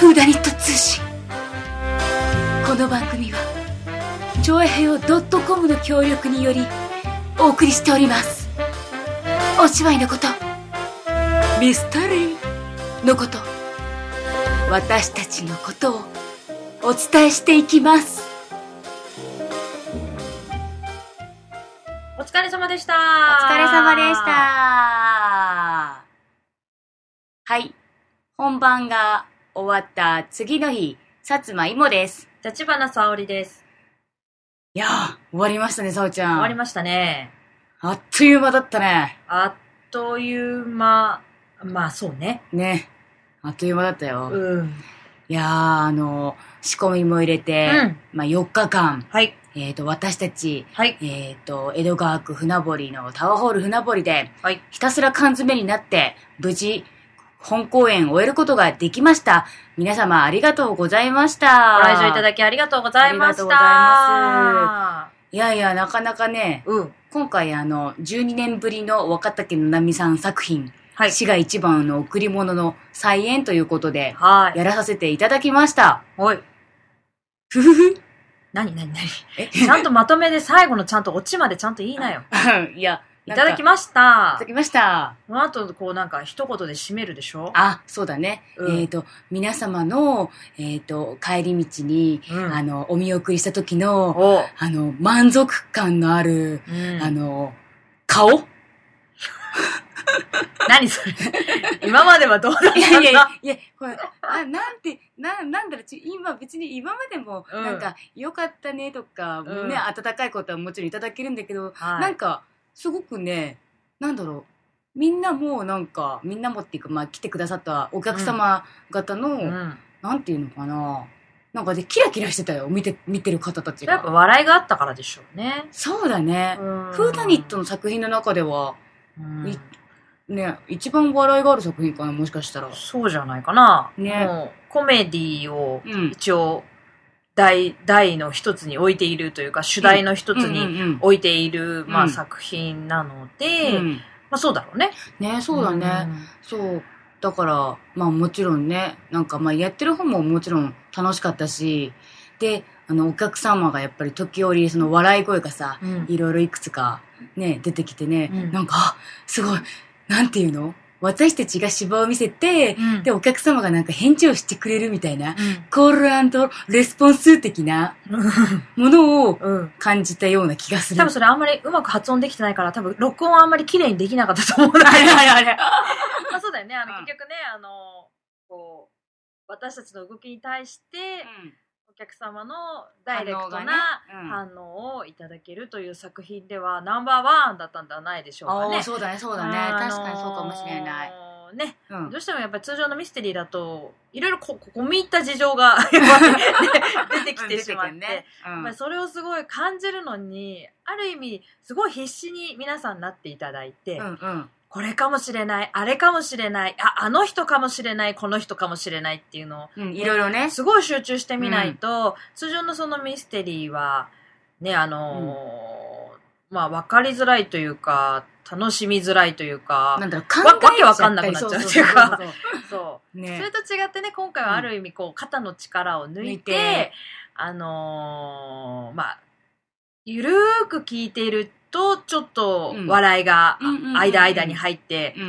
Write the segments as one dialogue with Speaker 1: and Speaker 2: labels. Speaker 1: ムダニット通信この番組は超平をドットコムの協力によりお送りしておりますお芝居のことミステリーのこと私たちのことをお伝えしていきます
Speaker 2: お疲れ様でした。お
Speaker 1: お疲れ様でした。はい本番が終わった次の日薩摩いもです
Speaker 2: 立花沙織です。
Speaker 1: いやー終わりましたねさおちゃん
Speaker 2: 終わりましたね。
Speaker 1: あっという間だったね
Speaker 2: あっという間、まあそうね。
Speaker 1: ねあっという間だったよ、
Speaker 2: うん。
Speaker 1: いやーあの仕込みも入れて、
Speaker 2: うん
Speaker 1: まあ、4日間、
Speaker 2: はい。
Speaker 1: えー、と私たち、
Speaker 2: はい。
Speaker 1: えー、と江戸川区船堀のタワーホール船堀で
Speaker 2: はい。
Speaker 1: ひたすら缶詰になって無事本公演を終えることができました皆様ありがとうございました
Speaker 2: ご来場いただきありがとうございました。
Speaker 1: あいやいやなかなかね
Speaker 2: うん。
Speaker 1: 今回あの12年ぶりの若竹のなみさん作品
Speaker 2: はい。
Speaker 1: 滋賀一番の贈り物の再演ということで
Speaker 2: はい。
Speaker 1: やらさせていただきました
Speaker 2: おい。
Speaker 1: ふふふ
Speaker 2: なになになに
Speaker 1: え
Speaker 2: ちゃんとまとめで最後のちゃんとオチまでちゃんと言いなよ。
Speaker 1: いや、
Speaker 2: いただき
Speaker 1: ま
Speaker 2: ました
Speaker 1: いただ。きました。
Speaker 2: この後、こうなんか一言で締めるでしょ
Speaker 1: あ、そうだね。
Speaker 2: うん
Speaker 1: えっ、と、皆様の、えっ、と、帰り道に、
Speaker 2: うん
Speaker 1: あの、お見送りした時の、
Speaker 2: おう。
Speaker 1: あの、満足感のある、
Speaker 2: うん
Speaker 1: あの、顔
Speaker 2: 何それ 今まではどうだった
Speaker 1: い
Speaker 2: ん
Speaker 1: やいやいや
Speaker 2: だ、
Speaker 1: いやこれ、あ、なんて、な、なんだろう、ち今別に今までも、
Speaker 2: うん
Speaker 1: なんか、良かったねとか、
Speaker 2: うん
Speaker 1: ね、温かいことはもちろんいただけるんだけど、
Speaker 2: はい
Speaker 1: なんか、すごくね、なんだろう、みんなもなんか、みんなもっていうか、まあ来てくださったお客様方の、
Speaker 2: うん。
Speaker 1: なんていうのかな、なんかで、キラキラしてたよ、見て、見てる方たち
Speaker 2: やっぱ
Speaker 1: が。
Speaker 2: 笑いがあったからでしょうね。
Speaker 1: そうだね。フ
Speaker 2: フ
Speaker 1: ーダニットの作品の中では、
Speaker 2: うん、
Speaker 1: ね、一番笑いがある作品かな、もしかしたら。
Speaker 2: そうじゃないかな。
Speaker 1: ね
Speaker 2: もうコメディを
Speaker 1: うん。
Speaker 2: 一応題、題の一つに置いているというか、主題の一つに
Speaker 1: うん
Speaker 2: 置いている、ま
Speaker 1: う
Speaker 2: あ、
Speaker 1: ん
Speaker 2: 作品なの
Speaker 1: うん
Speaker 2: で、
Speaker 1: うんうん
Speaker 2: まあそうだろうね。
Speaker 1: ね、そうだね。そう。だから、まあもちろんね、なんかまあやってる方ももちろん楽しかったし、で、あの、お客様がやっぱり時折、その笑い声がさ、
Speaker 2: うん。うん
Speaker 1: いろいろいくつかね、出てきてね、
Speaker 2: うん
Speaker 1: なんか、あすごい、なんていうの私たちが芝を見せて、
Speaker 2: うん
Speaker 1: で、お客様がなんか返事をしてくれるみたいな、
Speaker 2: う
Speaker 1: コールレスポンス的なものを
Speaker 2: ん。うん。
Speaker 1: 感じたような気がする。
Speaker 2: 多分それあんまりうまく発音できてないから、多分録音あんまり綺麗にできなかったと思うんだ
Speaker 1: あ
Speaker 2: け
Speaker 1: れ
Speaker 2: ど
Speaker 1: あれあれ。
Speaker 2: まあそうだよね。あの、
Speaker 1: うん
Speaker 2: 結局ね、あの、こう、私たちの動きに対して、お客様のダイレクトな
Speaker 1: 反応がねうん
Speaker 2: 反応をいただけるという作品では、ナンバーワンだったんではないでしょう
Speaker 1: あ
Speaker 2: か
Speaker 1: あ
Speaker 2: ね
Speaker 1: ー、。そうだね、そうだね。
Speaker 2: あのー
Speaker 1: 確かにそうかもしれない。。
Speaker 2: ね、
Speaker 1: うん
Speaker 2: どうしてもやっぱり通常のミステリーだと、いろいろこ、ここ見入った事情がやっぱ りね出てきてしまって、
Speaker 1: うん
Speaker 2: まあそれをすごい感じるのに、ある意味、すごい必死に皆さんなっていただいて、
Speaker 1: うんうん
Speaker 2: これかもしれない、あれかもしれない、あ、あの人かもしれない、この人かもしれないっていうの
Speaker 1: うん、いろいろね
Speaker 2: を、。すごい集中してみないと、通常のそのミステリーは、ね、あのーまあ、わかりづらいというか、楽しみづらいというか
Speaker 1: な、んだろう、
Speaker 2: わ
Speaker 1: 考えちゃ
Speaker 2: わ
Speaker 1: っ
Speaker 2: けわかんな
Speaker 1: たり
Speaker 2: くなっちゃう
Speaker 1: そ
Speaker 2: っていうか
Speaker 1: そそ
Speaker 2: そう。
Speaker 1: ね
Speaker 2: それと違ってね、今回はある意味、こう、肩の力を抜いて、
Speaker 1: 抜いて
Speaker 2: あのーまあ、ゆるーく聞いていると、ちょっと
Speaker 1: うん
Speaker 2: 笑いが、
Speaker 1: うんうんうんうん
Speaker 2: 間間に入って、
Speaker 1: う。う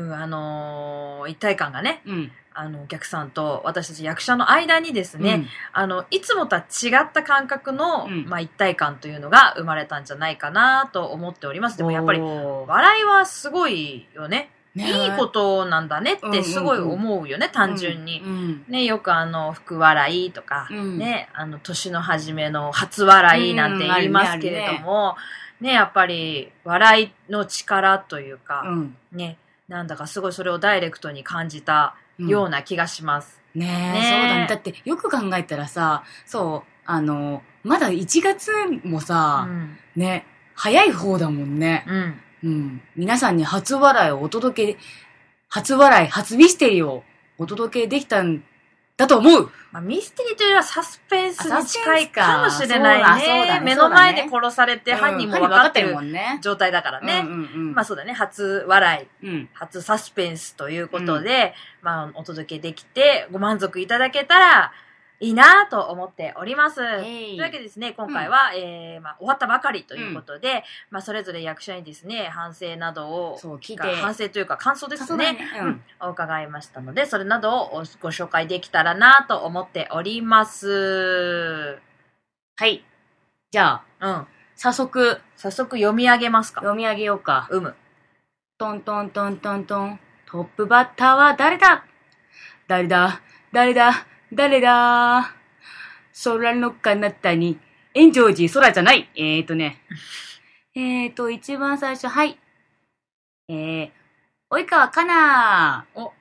Speaker 1: ん、
Speaker 2: うん、あのー一体感がね、
Speaker 1: うん。
Speaker 2: あの、お客さんと私たち役者の間にですね、
Speaker 1: うん
Speaker 2: あの、いつもとは違った感覚の、
Speaker 1: うん
Speaker 2: まあ、一体感というのが生まれたんじゃないかなと思っております。でもやっぱり、
Speaker 1: おー
Speaker 2: 笑いはすごいよね。
Speaker 1: ね
Speaker 2: いいことなんだねっ
Speaker 1: うんうんう
Speaker 2: て
Speaker 1: ん
Speaker 2: すごい思うよね、単純に。
Speaker 1: うん
Speaker 2: ね、よくあの、福笑いとか、
Speaker 1: うん
Speaker 2: ね、あの、年の初めの初笑いなんて言いますけれども、ねやっぱり、笑いの力というか、
Speaker 1: うん
Speaker 2: ね、なんだかすごいそれをダイレクトに感じた
Speaker 1: うん
Speaker 2: ような気がします。
Speaker 1: ね
Speaker 2: ね
Speaker 1: えそうだねだってよく考えたらさそうあのまだ1月も
Speaker 2: う
Speaker 1: さ、
Speaker 2: ん。
Speaker 1: ね早い方だもんね、
Speaker 2: うん。
Speaker 1: うん、皆さんに初笑いをお届け初笑い初ミステリーをお届けできたん
Speaker 3: だと思う
Speaker 2: まあ、ミステリーというよりはサスペンス
Speaker 1: あサ
Speaker 2: に
Speaker 1: ス
Speaker 2: 近
Speaker 1: ペン
Speaker 2: い
Speaker 1: スか
Speaker 2: かもしれない
Speaker 1: そうだそうだ
Speaker 2: ね。
Speaker 1: ね
Speaker 2: 目の前で殺されて
Speaker 1: うん
Speaker 2: 犯人も
Speaker 1: 分
Speaker 2: 分
Speaker 1: か
Speaker 2: か
Speaker 1: っ
Speaker 2: ってて
Speaker 1: る
Speaker 2: る
Speaker 1: もんね。
Speaker 2: 状態だから
Speaker 1: うん
Speaker 2: ね。
Speaker 1: うんうん
Speaker 2: まあそうだね、初笑い、
Speaker 1: うん
Speaker 2: 初サスペンスということで、まあお届けできてご満足いただけたらいいなと思っております。と
Speaker 1: えい
Speaker 2: いうわけでですね、今回は、えーまあ、終わったばかりということで、まあ、それぞれ役者にですね、反省などを、
Speaker 1: そう、聞いて。
Speaker 2: 反省というか感想ですね。
Speaker 1: う
Speaker 2: うんん。お伺いましたので、それなどをご紹介できたらなと思っております。
Speaker 1: はい。じゃあ、
Speaker 2: うん。
Speaker 1: 早速、
Speaker 2: 早速読み上げますか。
Speaker 1: 読み上げようか。
Speaker 2: うむ。
Speaker 1: トントントントントン。トップバッターは誰だ誰だ誰だ誰だ空の彼方に、炎上寺空じゃないえーとね。えーと、一番最初、はい。えー、及川かな
Speaker 2: お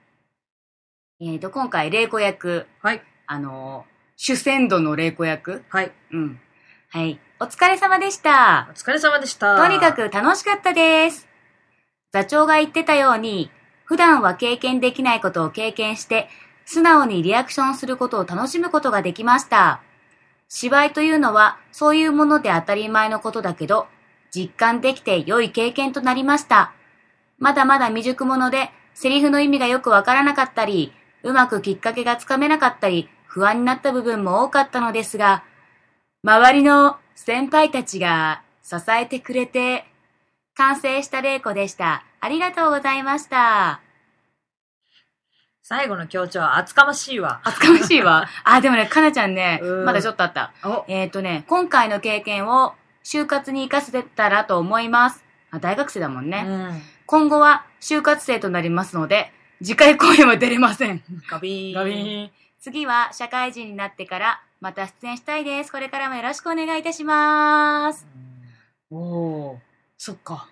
Speaker 1: えーと、今回、玲子役。
Speaker 2: はい。
Speaker 1: あのー、主戦度の玲子役。
Speaker 2: はい。
Speaker 1: うん。はい。お疲れ様でした
Speaker 2: お。疲れ様でした。
Speaker 1: とにか。く楽しかったです。座長が言ってたように、普段は経験できないことを経験して、素直にリアクションすることを楽しむことができました。芝居というのはそういうもので当たり前のことだけど、実感できて良い経験となりました。まだまだ未熟者で、セリフの意味がよくわからなかったり、うまくきっかけがつかめなかったり、不安になった部分も多かったのですが、周りの先輩たちが支えてくれて、完成した玲子でした。ありがとうございました。
Speaker 2: 最後の強調は厚かましいわ。
Speaker 1: 厚かましい わ。あ、でもね、かなちゃんね
Speaker 2: うん、
Speaker 1: まだちょっとあった。
Speaker 2: お、
Speaker 1: えっ、とね、今回の経験を就活に活かせたらと思います。あ、大学生だもん
Speaker 2: う
Speaker 1: ね。
Speaker 2: ん。
Speaker 1: 今後は就活生となりますので、次回公演は出れません。
Speaker 2: ガビーン。
Speaker 1: ガビーン次は社会人になってから、また出演したいです。これからもよろしくお願いいたします。おお、そっか。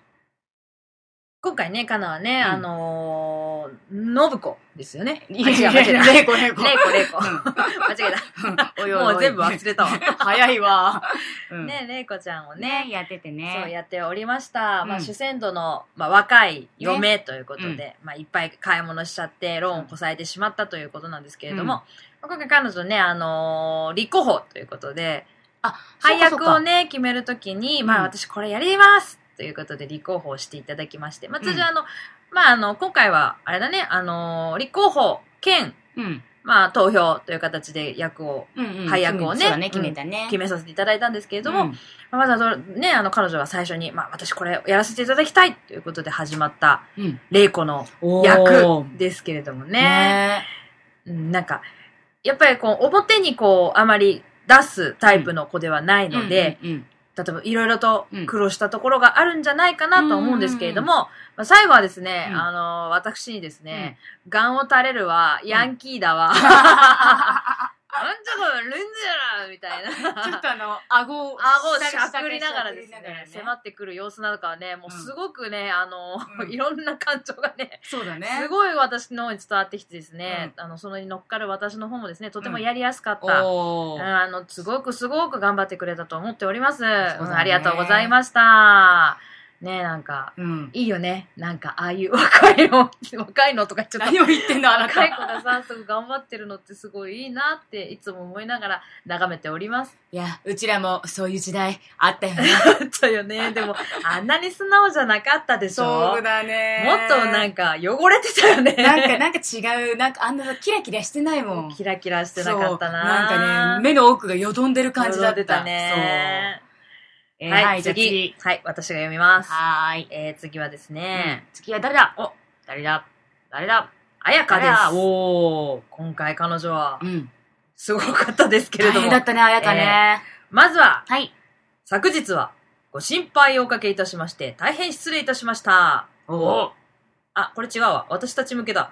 Speaker 2: 今回ね、かなはね、
Speaker 1: うん
Speaker 2: あのー、信子ですよね。
Speaker 1: いやい
Speaker 2: 違う
Speaker 1: や
Speaker 2: 間違
Speaker 1: い
Speaker 2: え
Speaker 1: や、
Speaker 2: た。
Speaker 1: レイコレイコ。
Speaker 2: レイコ、レイコ。
Speaker 1: うん
Speaker 2: 間違え
Speaker 1: おい
Speaker 2: た。
Speaker 1: おいおい
Speaker 2: もう全部忘れたわ。
Speaker 1: 早いわ。うん
Speaker 2: ね、レイコちゃんをね
Speaker 1: ね、やってて
Speaker 2: そう
Speaker 1: ね。
Speaker 2: やっておりました。ま
Speaker 1: う
Speaker 2: あ、
Speaker 1: ん
Speaker 2: 主戦度の、まあ、若い嫁ということで、まあ、いっぱい買い物しちゃって、ローンをこさえてしまったということなんですけれども、
Speaker 1: うん
Speaker 2: まあ今回彼女ね、あのー立候補ということで、
Speaker 1: あ、
Speaker 2: 配役を
Speaker 1: ね。
Speaker 2: ね、決めるときに、
Speaker 1: う
Speaker 2: まあ、
Speaker 1: ん
Speaker 2: 私これやりますということで、立候補をしていただきまして、まあ、通常あの、まあ、あの、今回は、あれだね、あのー立候補兼、
Speaker 1: うん。
Speaker 2: まあ、投票という形で役を
Speaker 1: うんうん。
Speaker 2: 配役をね
Speaker 1: そうだね、決めたね。
Speaker 2: 決めさせていただいたんですけれども、
Speaker 1: うん
Speaker 2: まあまずはね、あの、彼女が最初に、まあ、私これやらせていただきたいということで始まった、
Speaker 1: うん
Speaker 2: 玲子の
Speaker 1: おー
Speaker 2: 役ですけれどもね。
Speaker 1: ね
Speaker 2: うんなんか、やっぱりこう、表にこう、あまり出すタイプの子ではないので、
Speaker 1: うんうん
Speaker 2: 例えばいろいろと
Speaker 1: うん
Speaker 2: 苦労したところがあるんじゃないかなと思うんですけれども、まあ、最後はですね、
Speaker 1: うん
Speaker 2: あの、私にです
Speaker 1: うん
Speaker 2: ね、ガンを垂れるわ、ヤンキーだわ、なんじゃこれ、ルンジャラみたいな。
Speaker 1: ちょっとあの、顎を、
Speaker 2: 顎を
Speaker 1: 下
Speaker 2: し
Speaker 1: げ
Speaker 2: ゃくりながらですね
Speaker 1: 下げしゃくりなが
Speaker 2: 迫
Speaker 1: らね
Speaker 2: ってくる様子なんかはねもうすごくね、あの、
Speaker 1: うん
Speaker 2: いろんな感情がね
Speaker 1: そうだね。
Speaker 2: すごい私の方に伝わってきてですね、あのそのに乗っかる私の方もですねとてもやりやすかった、
Speaker 1: おー
Speaker 2: あのすごくすごく頑張ってくれたと思っております、
Speaker 1: だね
Speaker 2: うんありがとうございましたねえなんか
Speaker 1: うん。
Speaker 2: いいよねなんかああいう 若いの若いのとか言っちゃった
Speaker 1: 何を言ってんだ、あな
Speaker 2: 若い子
Speaker 1: た。
Speaker 2: がさすごい頑張ってるのってすごいいいなっていつも思いながら眺めております
Speaker 1: いや、うちらもそういう時代あったよね。
Speaker 2: だった よね。でも、あんなに素直じゃなかったでしょも
Speaker 1: だね
Speaker 2: っとなんか汚れてたよね。
Speaker 1: なんか、なんか違う、なんかあんなキラキラしてないもん。
Speaker 2: キラキラしてなかったな。
Speaker 1: そうなんかね、目の奥がよどんでる感じだっ
Speaker 2: 出
Speaker 1: た。
Speaker 2: たね。
Speaker 1: そう。えー
Speaker 2: は、
Speaker 1: はいい、じゃあ
Speaker 2: 次
Speaker 1: 次。。
Speaker 2: はい、私が読みます。
Speaker 1: はーい。
Speaker 2: えー、次はです
Speaker 1: うん
Speaker 2: ね、
Speaker 1: 次は誰だ
Speaker 2: お
Speaker 1: 誰だ誰だ
Speaker 2: あやか
Speaker 1: 誰だ
Speaker 2: です。
Speaker 1: おー。
Speaker 2: 今回彼女は
Speaker 1: う、ん。
Speaker 2: すごかったですけれ
Speaker 1: 大
Speaker 2: ど
Speaker 1: 変
Speaker 2: も
Speaker 1: だ。ったね、あやかね。
Speaker 2: まずは、
Speaker 1: はい。
Speaker 2: 昨日は、ご心配をおかけいたしまして、大変失礼いたしました。
Speaker 1: おー。
Speaker 2: あ、これ違うわ。私たち向けだ。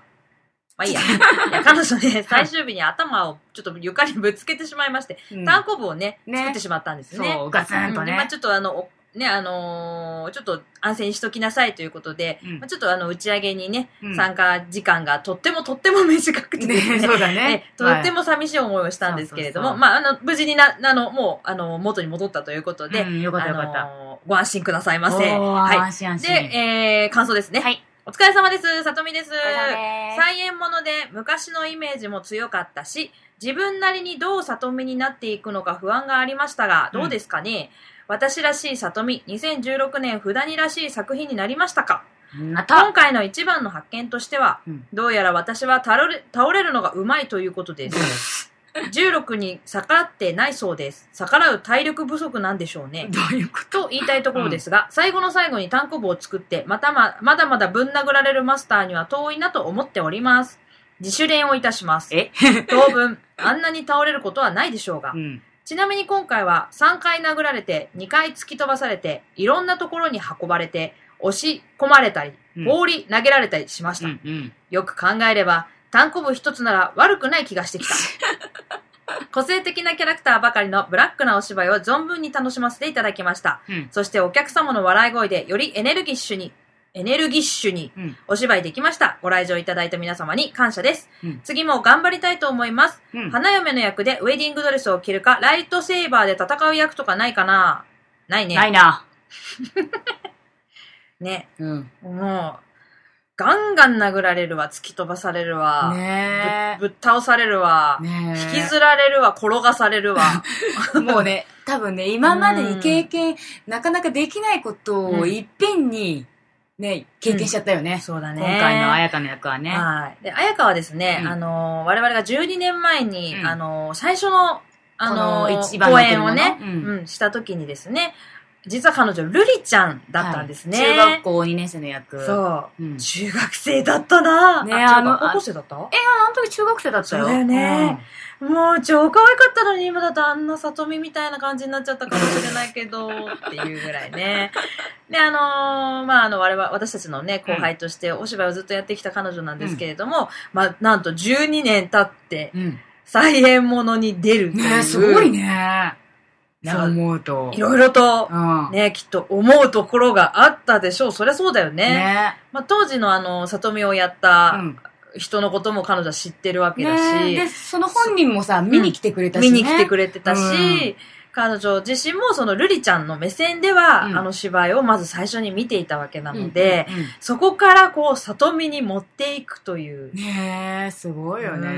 Speaker 2: ま あいいや。いや彼女ね、最終日に頭をちょっと床にぶつけてしまいまして、
Speaker 1: うん
Speaker 2: 単行部をね、
Speaker 1: ね
Speaker 2: 作ってしまったんですね。
Speaker 1: そう、ガツンと
Speaker 2: うん
Speaker 1: ね
Speaker 2: まあ。ちょっとあの、おね、あのーちょっと安静にしときなさいということで、
Speaker 1: うん
Speaker 2: まあ、ちょっとあの、打ち上げにね、
Speaker 1: うん
Speaker 2: 参加時間がとってもとっても短くてですね。
Speaker 1: ね、そうだね
Speaker 2: ね。とって
Speaker 1: も、
Speaker 2: も寂しい思いをしたんですけれども、
Speaker 1: そうそう
Speaker 2: まあ、あの、無事にな、あの、もう、あの、元に戻ったということで、
Speaker 1: うんよかったよかった
Speaker 2: あのーご安心くださいませ。
Speaker 1: おー
Speaker 2: はい。
Speaker 1: 安心安
Speaker 2: で、
Speaker 1: 心。
Speaker 2: えー、感想ですね。
Speaker 1: はい。
Speaker 2: お疲れ様です。さとみです。
Speaker 1: はい。
Speaker 2: 再演もので昔のイメージも強かったし、自分なりにどう里見になっていくのか不安がありましたが、どうですかね、私らしい里見、2016年ふだにらしい作品になりましたか
Speaker 1: な
Speaker 2: 今
Speaker 1: た。
Speaker 2: 回の一番の発見としては、
Speaker 1: うん
Speaker 2: どうやら私は倒れ倒れるのがうまいというこ とです。16に逆らってないそうです。逆らう体力不足なんでしょうね。
Speaker 1: どういうこと
Speaker 2: と言いたいところですが、最後の最後に単行部を作って、またま、まだまだぶん殴られるマスターには遠いなと思っております。自主練をいたします。
Speaker 1: え
Speaker 2: 当分、あんなに倒れることはないでしょうが
Speaker 1: う。ん。
Speaker 2: ちなみに今回は3回殴られて、2回突き飛ばされて、いろんなところに運ばれて、押し込まれたり
Speaker 1: うん、
Speaker 2: 放り投げられたりしまし
Speaker 1: う
Speaker 2: た。
Speaker 1: ん。うん。
Speaker 2: よく考えれば、単行部一つなら悪くない気がして きた。個性的なキャラクターばかりのブラックなお芝居を存分に楽しませていただきました。
Speaker 1: うん。
Speaker 2: そしてお客様の笑い声でよりエネルギッシュに、エネルギッシュに
Speaker 1: うん
Speaker 2: お芝居できました。ご来場いただいた皆様に感謝です。
Speaker 1: うん
Speaker 2: 次も頑張りたいと思います。
Speaker 1: うん。
Speaker 2: 花嫁の役でウェディングドレスを着るか、ライトセーバーで戦う役とかないかなないね。
Speaker 1: ないな。
Speaker 2: ね。
Speaker 1: うん。
Speaker 2: もう、ガンガン殴られるわ、突き飛ばされるわ、
Speaker 1: ね
Speaker 2: ぶぶっ倒されるわ
Speaker 1: え。、ねえ。
Speaker 2: 引きずられるわ、転がされるわ。
Speaker 1: もうね、多分ね、今までに経験、なかなかできないことをいっぺんに、ね、経験しちゃったよね。
Speaker 2: そうだね。
Speaker 1: 今回の彩香の役はね。
Speaker 2: はい。で、彩香はですね、
Speaker 1: うん
Speaker 2: あのー、我々が12年前に、
Speaker 1: うん
Speaker 2: あのー、最初の、あ
Speaker 1: こ
Speaker 2: の
Speaker 1: の
Speaker 2: ー、
Speaker 1: 一番の
Speaker 2: 公演をね、
Speaker 1: 贈
Speaker 2: う
Speaker 1: り物
Speaker 2: ん
Speaker 1: う、
Speaker 2: した時にですね、実は彼女、ルリちゃんだったんですね。
Speaker 1: はい中学校2年生の役。う。
Speaker 2: そう。
Speaker 1: ん、
Speaker 2: 中学生だったな
Speaker 1: ね
Speaker 2: あ違う
Speaker 1: あの
Speaker 2: か高校生だったも
Speaker 1: あの時中学生だったよ。
Speaker 2: そうだよねう超可愛かったのに今だとあんな里見みたいな感じになっちゃったかもしれないけ どっていうぐらいねであのーまああの我々私たちのね後輩としてお芝居をずっとやってきた彼女なんですけれども、まあなんと12年経って
Speaker 1: うん。うん
Speaker 2: 再演ものに出るという
Speaker 1: ねえすごいね。そう思うと。
Speaker 2: いろいろと
Speaker 1: うん。
Speaker 2: ねきっと思うところがあったでしょうそりゃそうだよね
Speaker 1: ね
Speaker 2: まあ、当時のあの里見をやっ
Speaker 1: う
Speaker 2: た
Speaker 1: ん。
Speaker 2: 人のことも彼女は知ってるわけだし、
Speaker 1: ねえで、その本人もさ、見に来てくれたしね。
Speaker 2: 見に来てくれてたし、
Speaker 1: うん
Speaker 2: 彼女自身もそのルリちゃんの目線では、
Speaker 1: うん
Speaker 2: あの芝居をまず最初に見ていたわけな
Speaker 1: うん
Speaker 2: ので、
Speaker 1: うんうん
Speaker 2: そこからこう里見に持っていくという。
Speaker 1: ねえ、すごいよね。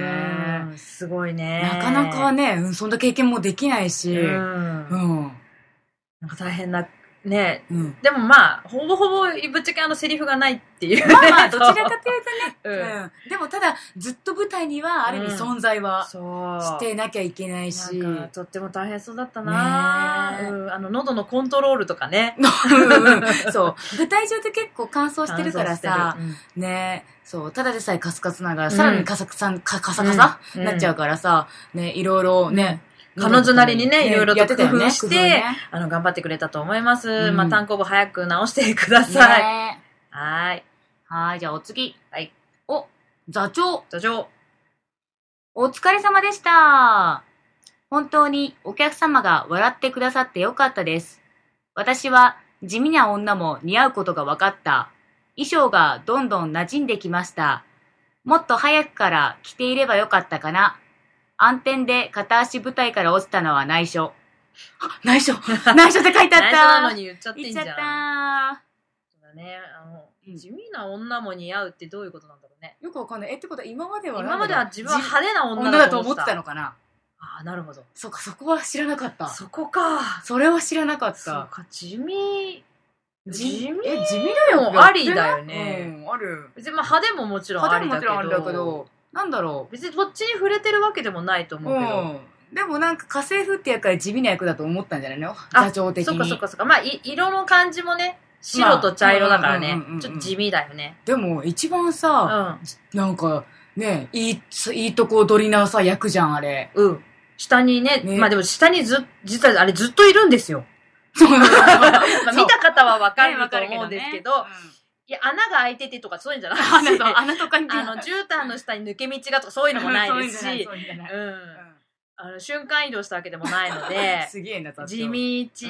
Speaker 2: うんすごいね。
Speaker 1: なかなかね、うん、そんな経験もできないし。
Speaker 2: う
Speaker 1: うん。
Speaker 2: ん。
Speaker 1: うん。
Speaker 2: なんか大変な、ね。
Speaker 1: うん。
Speaker 2: でもまあ、ほぼほぼぶっちゃけあのセリフがないっていう、ね。
Speaker 1: まあまあ、 どちらかというとね、
Speaker 2: うん
Speaker 1: うん、でもただずっと舞台にはある意味存在は
Speaker 2: そう。
Speaker 1: してなきゃいけないし、
Speaker 2: なんかとっても大変そうだったな、
Speaker 1: ねえ
Speaker 2: うん、あの喉のコントロールとかね
Speaker 1: そう舞台上って結構乾燥してるからさ、
Speaker 2: 乾燥してる
Speaker 1: ねそうただでさえカスカスながら、
Speaker 2: うん
Speaker 1: さらにカサカサカカサカサ、
Speaker 2: うん
Speaker 1: なっちゃうからさねいろいろね、
Speaker 2: うん彼女なりにねいろいろと
Speaker 1: やってたよね
Speaker 2: 工夫して
Speaker 1: 工夫ね
Speaker 2: あの頑張ってくれたと思います、
Speaker 1: うん
Speaker 2: まあ単行部早く直してください、
Speaker 1: ね
Speaker 2: はーい
Speaker 1: はいじゃあお次
Speaker 2: はい
Speaker 1: お座長
Speaker 2: 座長
Speaker 1: お疲れ様でした。本当にお客様が笑ってくださってよかったです。私は地味な女も似合うことが分かった。衣装がどんどん馴染んできました。もっと早くから着ていればよかったかな。暗転で片足舞台から落ちたのは内緒。 あ内 緒内緒って書いてあった
Speaker 2: 内緒なのに言っちゃってん
Speaker 1: 言っち
Speaker 2: じゃ
Speaker 1: ゃ
Speaker 2: ん
Speaker 1: った
Speaker 2: そうだねあの、
Speaker 1: うん
Speaker 2: 地味な女も似合うってどういうことなんだろうね
Speaker 1: よくわかんない。え、ってことは今まで
Speaker 2: 今までは自分は
Speaker 1: 派
Speaker 2: 派手な
Speaker 1: 女
Speaker 2: 女
Speaker 1: だ
Speaker 2: だ
Speaker 1: と
Speaker 2: と
Speaker 1: 思
Speaker 2: 思
Speaker 1: っ
Speaker 2: って
Speaker 1: た
Speaker 2: てた
Speaker 1: の
Speaker 2: の
Speaker 1: かな。
Speaker 2: ああなるほど
Speaker 1: そうか、そこは知らなかった。
Speaker 2: そこか
Speaker 1: それは知らなかっ
Speaker 2: そう
Speaker 1: た。
Speaker 2: か地味
Speaker 1: じ
Speaker 2: 地味
Speaker 1: え、地味だよ。
Speaker 2: もありだよね
Speaker 1: うん、ある。
Speaker 2: 別にまあ派手ももちろんあ
Speaker 1: 派手
Speaker 2: り
Speaker 1: もも
Speaker 2: だ
Speaker 1: ち
Speaker 2: け
Speaker 1: ろん
Speaker 2: ど
Speaker 1: あるんだけど、なんだろ
Speaker 2: 別にどっちに触れてるわけでもないと
Speaker 1: う。
Speaker 2: 思うけど、
Speaker 1: うん。でもなんか家政婦って役は地味な役だと思ったんじゃないの
Speaker 2: あ
Speaker 1: 座長的
Speaker 2: そっ
Speaker 1: に。
Speaker 2: かそっかそっかまあい色の感じもね白と茶色だから
Speaker 1: まあう
Speaker 2: ね
Speaker 1: んうんうんうん
Speaker 2: ちょっと地味だよね
Speaker 1: でも一番
Speaker 2: う
Speaker 1: さ、
Speaker 2: ん
Speaker 1: なんかね、いい、いいとこ取りなさ役じゃん、あれ。
Speaker 2: うん下にね
Speaker 1: ね
Speaker 2: まあでも下にず実はあれずっといるんです よ、
Speaker 1: そう。
Speaker 2: まあ、見た方はわかると思うんですけど
Speaker 1: ね
Speaker 2: いや穴が開いててとかそういうんじゃな
Speaker 1: わかる
Speaker 2: い
Speaker 1: けどねうん 穴と、穴とかに。
Speaker 2: あの絨毯の下に抜け道がとかそういうのもないですし
Speaker 1: そううんじゃない。そううんじゃない
Speaker 2: あの瞬間移動したわけでもな いの
Speaker 1: う
Speaker 2: で
Speaker 1: んすげえな、座長
Speaker 2: 地道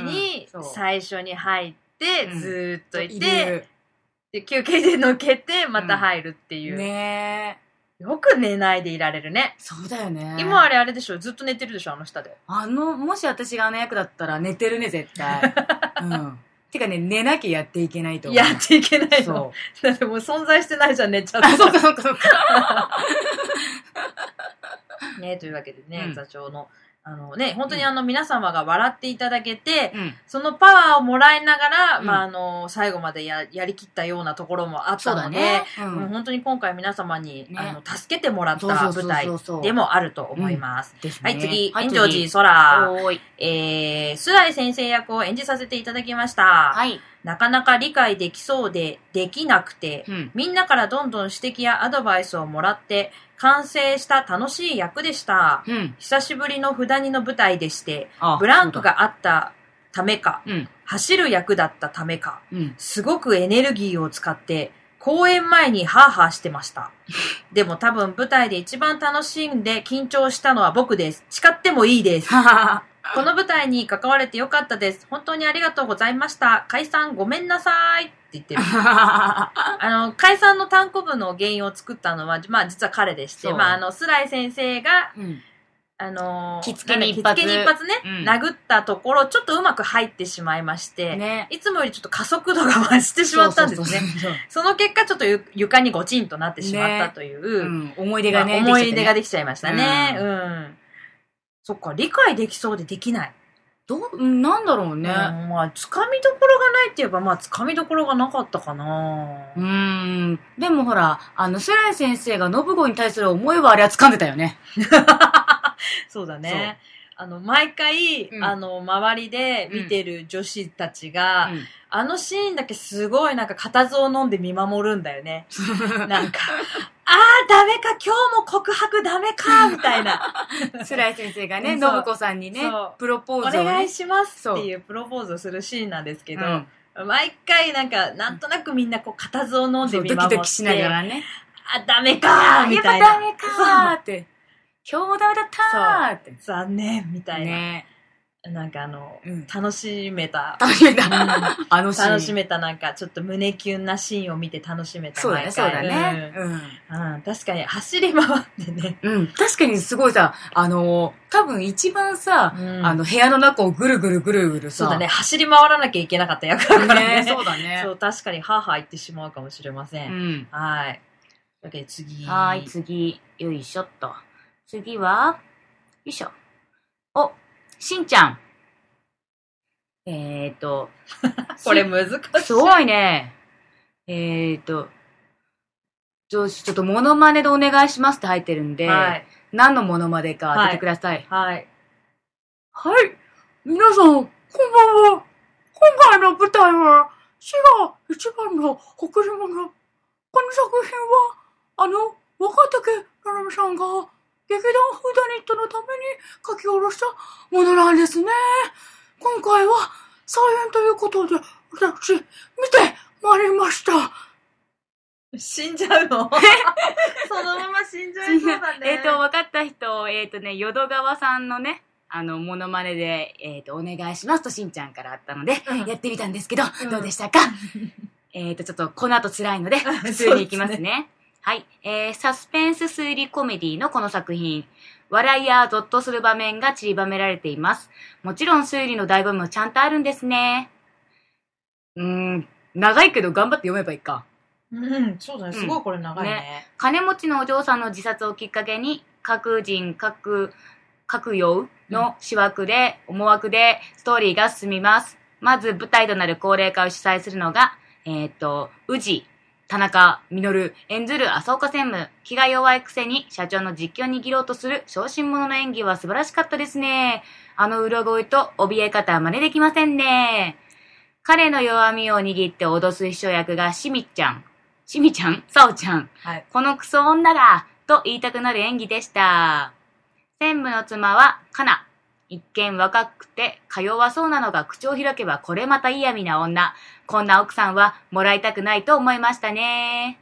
Speaker 2: に
Speaker 1: うんそう
Speaker 2: 最初に入って、
Speaker 1: うん
Speaker 2: ずーっといて、
Speaker 1: る
Speaker 2: で休憩で抜けてまた入るっていう、
Speaker 1: ねえ。
Speaker 2: よく寝ないでいられるね
Speaker 1: そうだよね。
Speaker 2: 今あれあれでしょずっと寝てるでしょあの下で
Speaker 1: あの、もし私があの役だったら寝てるね、絶対。うん。てかね、寝なきゃやっていけないと思う。
Speaker 2: やっていけないの。
Speaker 1: そ
Speaker 2: だってもう存在してないじゃん、寝ちゃっ
Speaker 1: う。あ、
Speaker 2: て。
Speaker 1: そっかそっかそっか。
Speaker 2: ね、というわけでね、
Speaker 1: うん
Speaker 2: 座長の、あのね、本当にあの、皆様が笑っていただけて、
Speaker 1: うん。
Speaker 2: そのパワーをもらいながら、
Speaker 1: うん
Speaker 2: まあ、あの、最後までややりきったようなところもあっ
Speaker 1: そ
Speaker 2: た
Speaker 1: う
Speaker 2: の
Speaker 1: だ
Speaker 2: で、
Speaker 1: ね。う。
Speaker 2: もうん本当に今回皆様に、
Speaker 1: ね
Speaker 2: あの、助けてもらった
Speaker 1: そうそうそう
Speaker 2: 舞台
Speaker 1: そうそう。
Speaker 2: でもあると思います。
Speaker 1: ですね、
Speaker 2: はい、次、
Speaker 1: はい
Speaker 2: 炎上寺空。
Speaker 1: おーい。
Speaker 2: えー、須来先生役を演じさせていただきました。
Speaker 1: はい。
Speaker 2: なかなか理解できそうで、できなくて、
Speaker 1: うん。
Speaker 2: みんなからどんどん指摘やアドバイスをもらって、完成した楽しい役でした。
Speaker 1: うん。
Speaker 2: 久しぶりの札にの舞台でして、
Speaker 1: あ
Speaker 2: ブランク。があったためか、
Speaker 1: そうだ
Speaker 2: 走る役だったためか、
Speaker 1: うん。うん。
Speaker 2: すごくエネルギーを使って、公演前にハーハーして ました。でも多分舞台で一番楽しんで緊張したのは僕です。誓ってもいいです。
Speaker 1: ははは。
Speaker 2: この舞台に関われてよかったです。本当にありがとうございました。解散ごめんなさいって言 ってる。あの、解散の単行部の原因を作ったのは、まあ実は彼でして、
Speaker 1: そう
Speaker 2: まああの、スライ先生が、
Speaker 1: うん。
Speaker 2: あのー、
Speaker 1: 着付けに一発
Speaker 2: 着付けに一発ね、
Speaker 1: うん
Speaker 2: 殴ったところ、ちょっとうまく入ってしまいまして、
Speaker 1: ね。
Speaker 2: いつもよりちょっと加速度が増してしまったんですね。
Speaker 1: そうそうそう
Speaker 2: その結果、ちょっとゆ床にゴチンとなってしまったとい
Speaker 1: そう。う
Speaker 2: う、
Speaker 1: ん。思い出がね。
Speaker 2: まあ思
Speaker 1: でき
Speaker 2: い
Speaker 1: ちゃってね
Speaker 2: 出ができちゃいましたね。
Speaker 1: う
Speaker 2: うんん。そっか、理解できそうでできない。
Speaker 1: どううん、なんだろう
Speaker 2: うん、
Speaker 1: ね。
Speaker 2: まあ、つかみどころがないって言えば、まあ、つかみどころがなかったかな。
Speaker 1: うーん。でもほら、あの、スライ先生が信子に対する思いはあれは掴んでたよね。
Speaker 2: そうだね。あの、毎回、
Speaker 1: うん
Speaker 2: あの、周りで見てる女子たちが、
Speaker 1: うん
Speaker 2: あのシーンだけすごいなんか固唾を飲んで見守るんだ よね。なんか、あー、ダメか、今日も告白ダメか、みたいな。
Speaker 1: スライ先生がね、
Speaker 2: うんそう
Speaker 1: 信子さんにね
Speaker 2: そう、
Speaker 1: プロ ポ
Speaker 2: お
Speaker 1: ーズをね。
Speaker 2: 願いしますっていうプロポーズをするシーンなんですけど、
Speaker 1: うん
Speaker 2: 毎回なんか、なんとなくみんなこう、固唾を飲ん
Speaker 1: そ
Speaker 2: で
Speaker 1: う
Speaker 2: 見
Speaker 1: ド
Speaker 2: 守っ
Speaker 1: キ
Speaker 2: て。
Speaker 1: ドキしながらね。
Speaker 2: あ、ダメかー、みたいな。
Speaker 1: やっぱダメかーって。今日もダメだったーって。
Speaker 2: 残念、みたいな。
Speaker 1: ね
Speaker 2: なんかあの、
Speaker 1: うん
Speaker 2: 楽しめた。
Speaker 1: 楽しめた
Speaker 2: う。
Speaker 1: あのシーン。
Speaker 2: 楽しめたなんかちょっと胸キュンなシーンを見て楽しめた
Speaker 1: そうだね、そうだね。
Speaker 2: 毎回
Speaker 1: うん。
Speaker 2: うん、うん確かに走り回ってね、
Speaker 1: うん。確かにすごいさ、あの、多分一番さ、あ
Speaker 2: あ
Speaker 1: の、
Speaker 2: の
Speaker 1: 部屋の中をぐるぐるぐるぐるさ。
Speaker 2: そうだね走り回らなきゃいけなかった役だからね
Speaker 1: ね。そうだね。
Speaker 2: そう確かにハーハー言ってしまうかもしれませ、
Speaker 1: うんん。
Speaker 2: はいだけど次、
Speaker 1: はーい、次。よいしょっと。次は、よいしょ。お、しんちゃん。えーと
Speaker 2: これ難しい
Speaker 1: しすごいね。えーと、ちょ、ちょっとモノマネでお願いしますって入ってるんで、
Speaker 2: はい
Speaker 1: 何のモノマネか当ててください。
Speaker 2: はい
Speaker 1: はい、皆さん、こんばんは。今回の舞台は、滋賀一番の贈り物。この作品は、あの、若竹ななみさんが、劇団フーダニットのために書き下ろしたものなんですね。今回は、再演ということで、私、見てまいりました。
Speaker 2: 死んじゃう のそのまま死んじゃいそうだね
Speaker 1: えっ、 と、分かった人、えっ、とね、淀川さんのね、あの、モノマネで、えっ、と、お願いしますとしんちゃんからあったので、
Speaker 2: うん
Speaker 1: やってみたんですけど、
Speaker 2: ん
Speaker 1: どうでしたか えっと、ちょっと、この後辛いので、 普通にいきます
Speaker 2: そうです
Speaker 1: ね。はい。えー、サスペンス推理コメディのこの作品。笑いやゾッとする場面が散りばめられています。もちろん推理の醍醐味もちゃんとあるんですね。うーん、長いけど頑張って読めばいいか。
Speaker 2: うんそうだねすごいこれ長いね,、
Speaker 1: 金持ちのお嬢さんの自殺をきっかけに、各人各、各用の思惑で、思惑でストーリーが進みます。まず舞台となる高齢化を主催するのが、えっ、と、宇治、田中、実、演ずる浅岡専務。気が弱いくせに社長の実況に握ろうとする小心者の演技は素晴らしかったですね。あの裏声と怯え方は真似できませんね。彼の弱みを握って脅す秘書役がしみちゃん。しみちゃんさおちゃん。
Speaker 2: はい
Speaker 1: このクソ女がと言いたくなる演技でした。専務の妻は、かな。一見若くて、か弱そうなのが口を開けばこれまた嫌味な女。こんな奥さんはもらいたくないと思いましたね。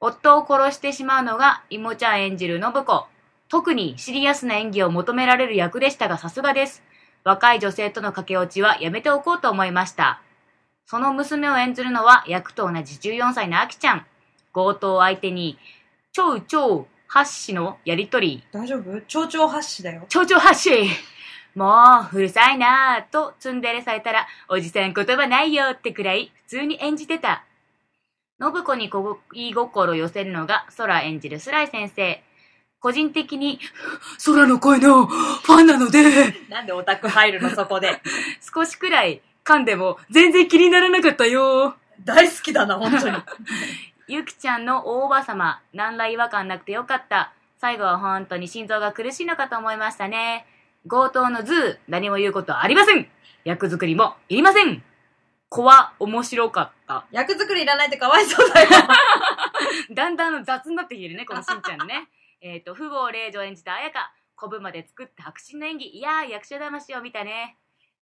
Speaker 1: 夫を殺してしまうのが、いもちゃん演じる信子。特にシリアスな演技を求められる役でしたがさすがです。若い女性との駆け落ちはやめておこうと思いました。その娘を演じるのは役と同じ14歳のあきちゃん。強盗を相手に、超超発しのやりとり。
Speaker 2: 大丈夫蝶々発視だよ
Speaker 1: 超超発しもう、うるさいなぁ、とツンデレされたら、おじさん言葉ないよってくらい、普通に演じてた。信子にこご言い心寄せるのが、空演じるスライ先生。個人的に、空の声のファンなので、
Speaker 2: なんでオタク入るの、そこで。
Speaker 1: 少しくらい噛んでも全然気にならなかったよ。
Speaker 2: 大好きだな、本当 に。
Speaker 1: ゆきちゃんの大おばさま、何ら違和感なくてよかった。最後は本当に心臓が苦しいのかと思いましたね。強盗のズー、何も言うことはありません役作りもいりません子は面白かった。
Speaker 2: 役作りいらないってかわいそうだ よ。
Speaker 1: だんだん雑になってきてるね、このしんちゃんね。 えっと、不合令女演じた彩香、コブまで作った白真の演技、いやー、役者魂を見たね。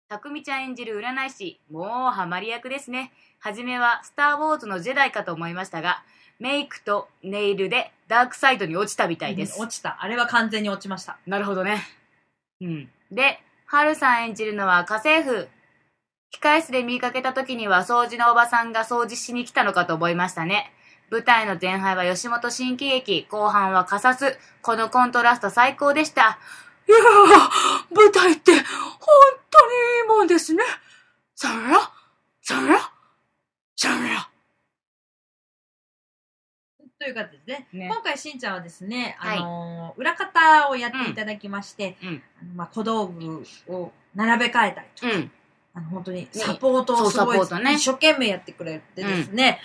Speaker 1: たくみちゃん演じる占い師、もうハマり役ですね。はじめは、スター・ウォーズのジェダイかと思いましたが、メイクとネイルでダークサイドに落ちたみたいです。
Speaker 2: 落ちた。あれは完全に落ちました。
Speaker 1: なるほどね。うん。で、ハルさん演じるのは家政婦。控室で見かけた時には掃除のおばさんが掃除しに来たのかと思いましたね。舞台の前半は吉本新喜劇、後半はカサス。このコントラスト最高でした。いやー、舞台って本当にいいもんですね。さよなら、さよなら、さよなら。
Speaker 2: という感じですね。
Speaker 1: ね
Speaker 2: 今回しんちゃんはですね、
Speaker 1: はい
Speaker 2: あのー裏方をやっていただきまして、
Speaker 1: うん
Speaker 2: あのまあ、小道具を並べ替えたりとか、
Speaker 1: うん。
Speaker 2: あの本当にサポート
Speaker 1: そ
Speaker 2: を
Speaker 1: う
Speaker 2: すごい、
Speaker 1: サポートね
Speaker 2: 一生懸命やってくれてですね、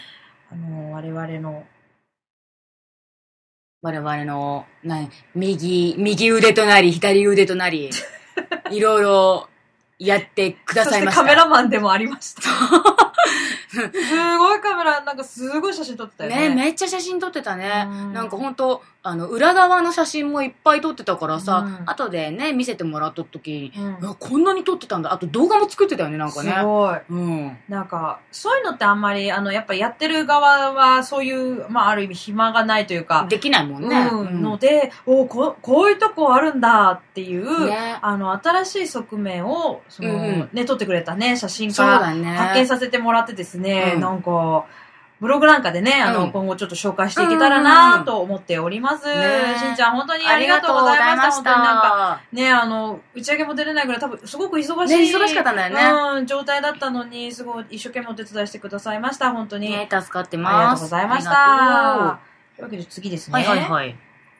Speaker 2: あのー我々の
Speaker 1: 我々の、な右、右腕となり、左腕とな り、いろいろやってくだ
Speaker 2: そ
Speaker 1: さ
Speaker 2: し
Speaker 1: い
Speaker 2: て
Speaker 1: まし
Speaker 2: カ
Speaker 1: た。
Speaker 2: メラマンでもありました すごいカメラなんかすごい写真撮ってたよ
Speaker 1: ね
Speaker 2: ね
Speaker 1: めっちゃ写真撮ってたね。
Speaker 2: うん
Speaker 1: なんかほんと、あの、裏側の写真もいっぱい撮ってたからさ、
Speaker 2: うん
Speaker 1: 後でね、見せてもらった時に、
Speaker 2: うん
Speaker 1: うわこんなに撮ってたんだ。あと動画も作ってたよね、なんか
Speaker 2: す
Speaker 1: ね。
Speaker 2: ごい
Speaker 1: うん。
Speaker 2: なんかそういうのってあんまりあのやっぱやってる側はそういう、まあ、ある意味暇がないというか、
Speaker 1: できないもんね。
Speaker 2: うんのでおここういうとこあるんだっていう、
Speaker 1: ね。
Speaker 2: あの新しい側面をその、
Speaker 1: うんうん
Speaker 2: ね、撮ってくれた、ね、写真
Speaker 1: そ
Speaker 2: か
Speaker 1: う
Speaker 2: ら
Speaker 1: だね。
Speaker 2: 発見させてもらってですね、
Speaker 1: うん
Speaker 2: なんか、ブログなんかでね、あの、
Speaker 1: うん
Speaker 2: 今後ちょっと紹介していけたらなと思っております。
Speaker 1: ね
Speaker 2: しんちゃん、本当にありがとうございました。本当になんか、
Speaker 1: か、
Speaker 2: ね、あの、打ち上げも出れないぐらい、多分、すごく忙しい。
Speaker 1: ね、忙しかったんだよ
Speaker 2: うん、状態だったのに、すごい一生懸命お手伝いしてくださいました、本当
Speaker 1: ね。
Speaker 2: に。
Speaker 1: ね、助かって
Speaker 2: ありが
Speaker 1: ま
Speaker 2: とう
Speaker 1: す。
Speaker 2: ございまし
Speaker 1: ありがとう
Speaker 2: た。というわけで次ですね。
Speaker 1: はいはいはい。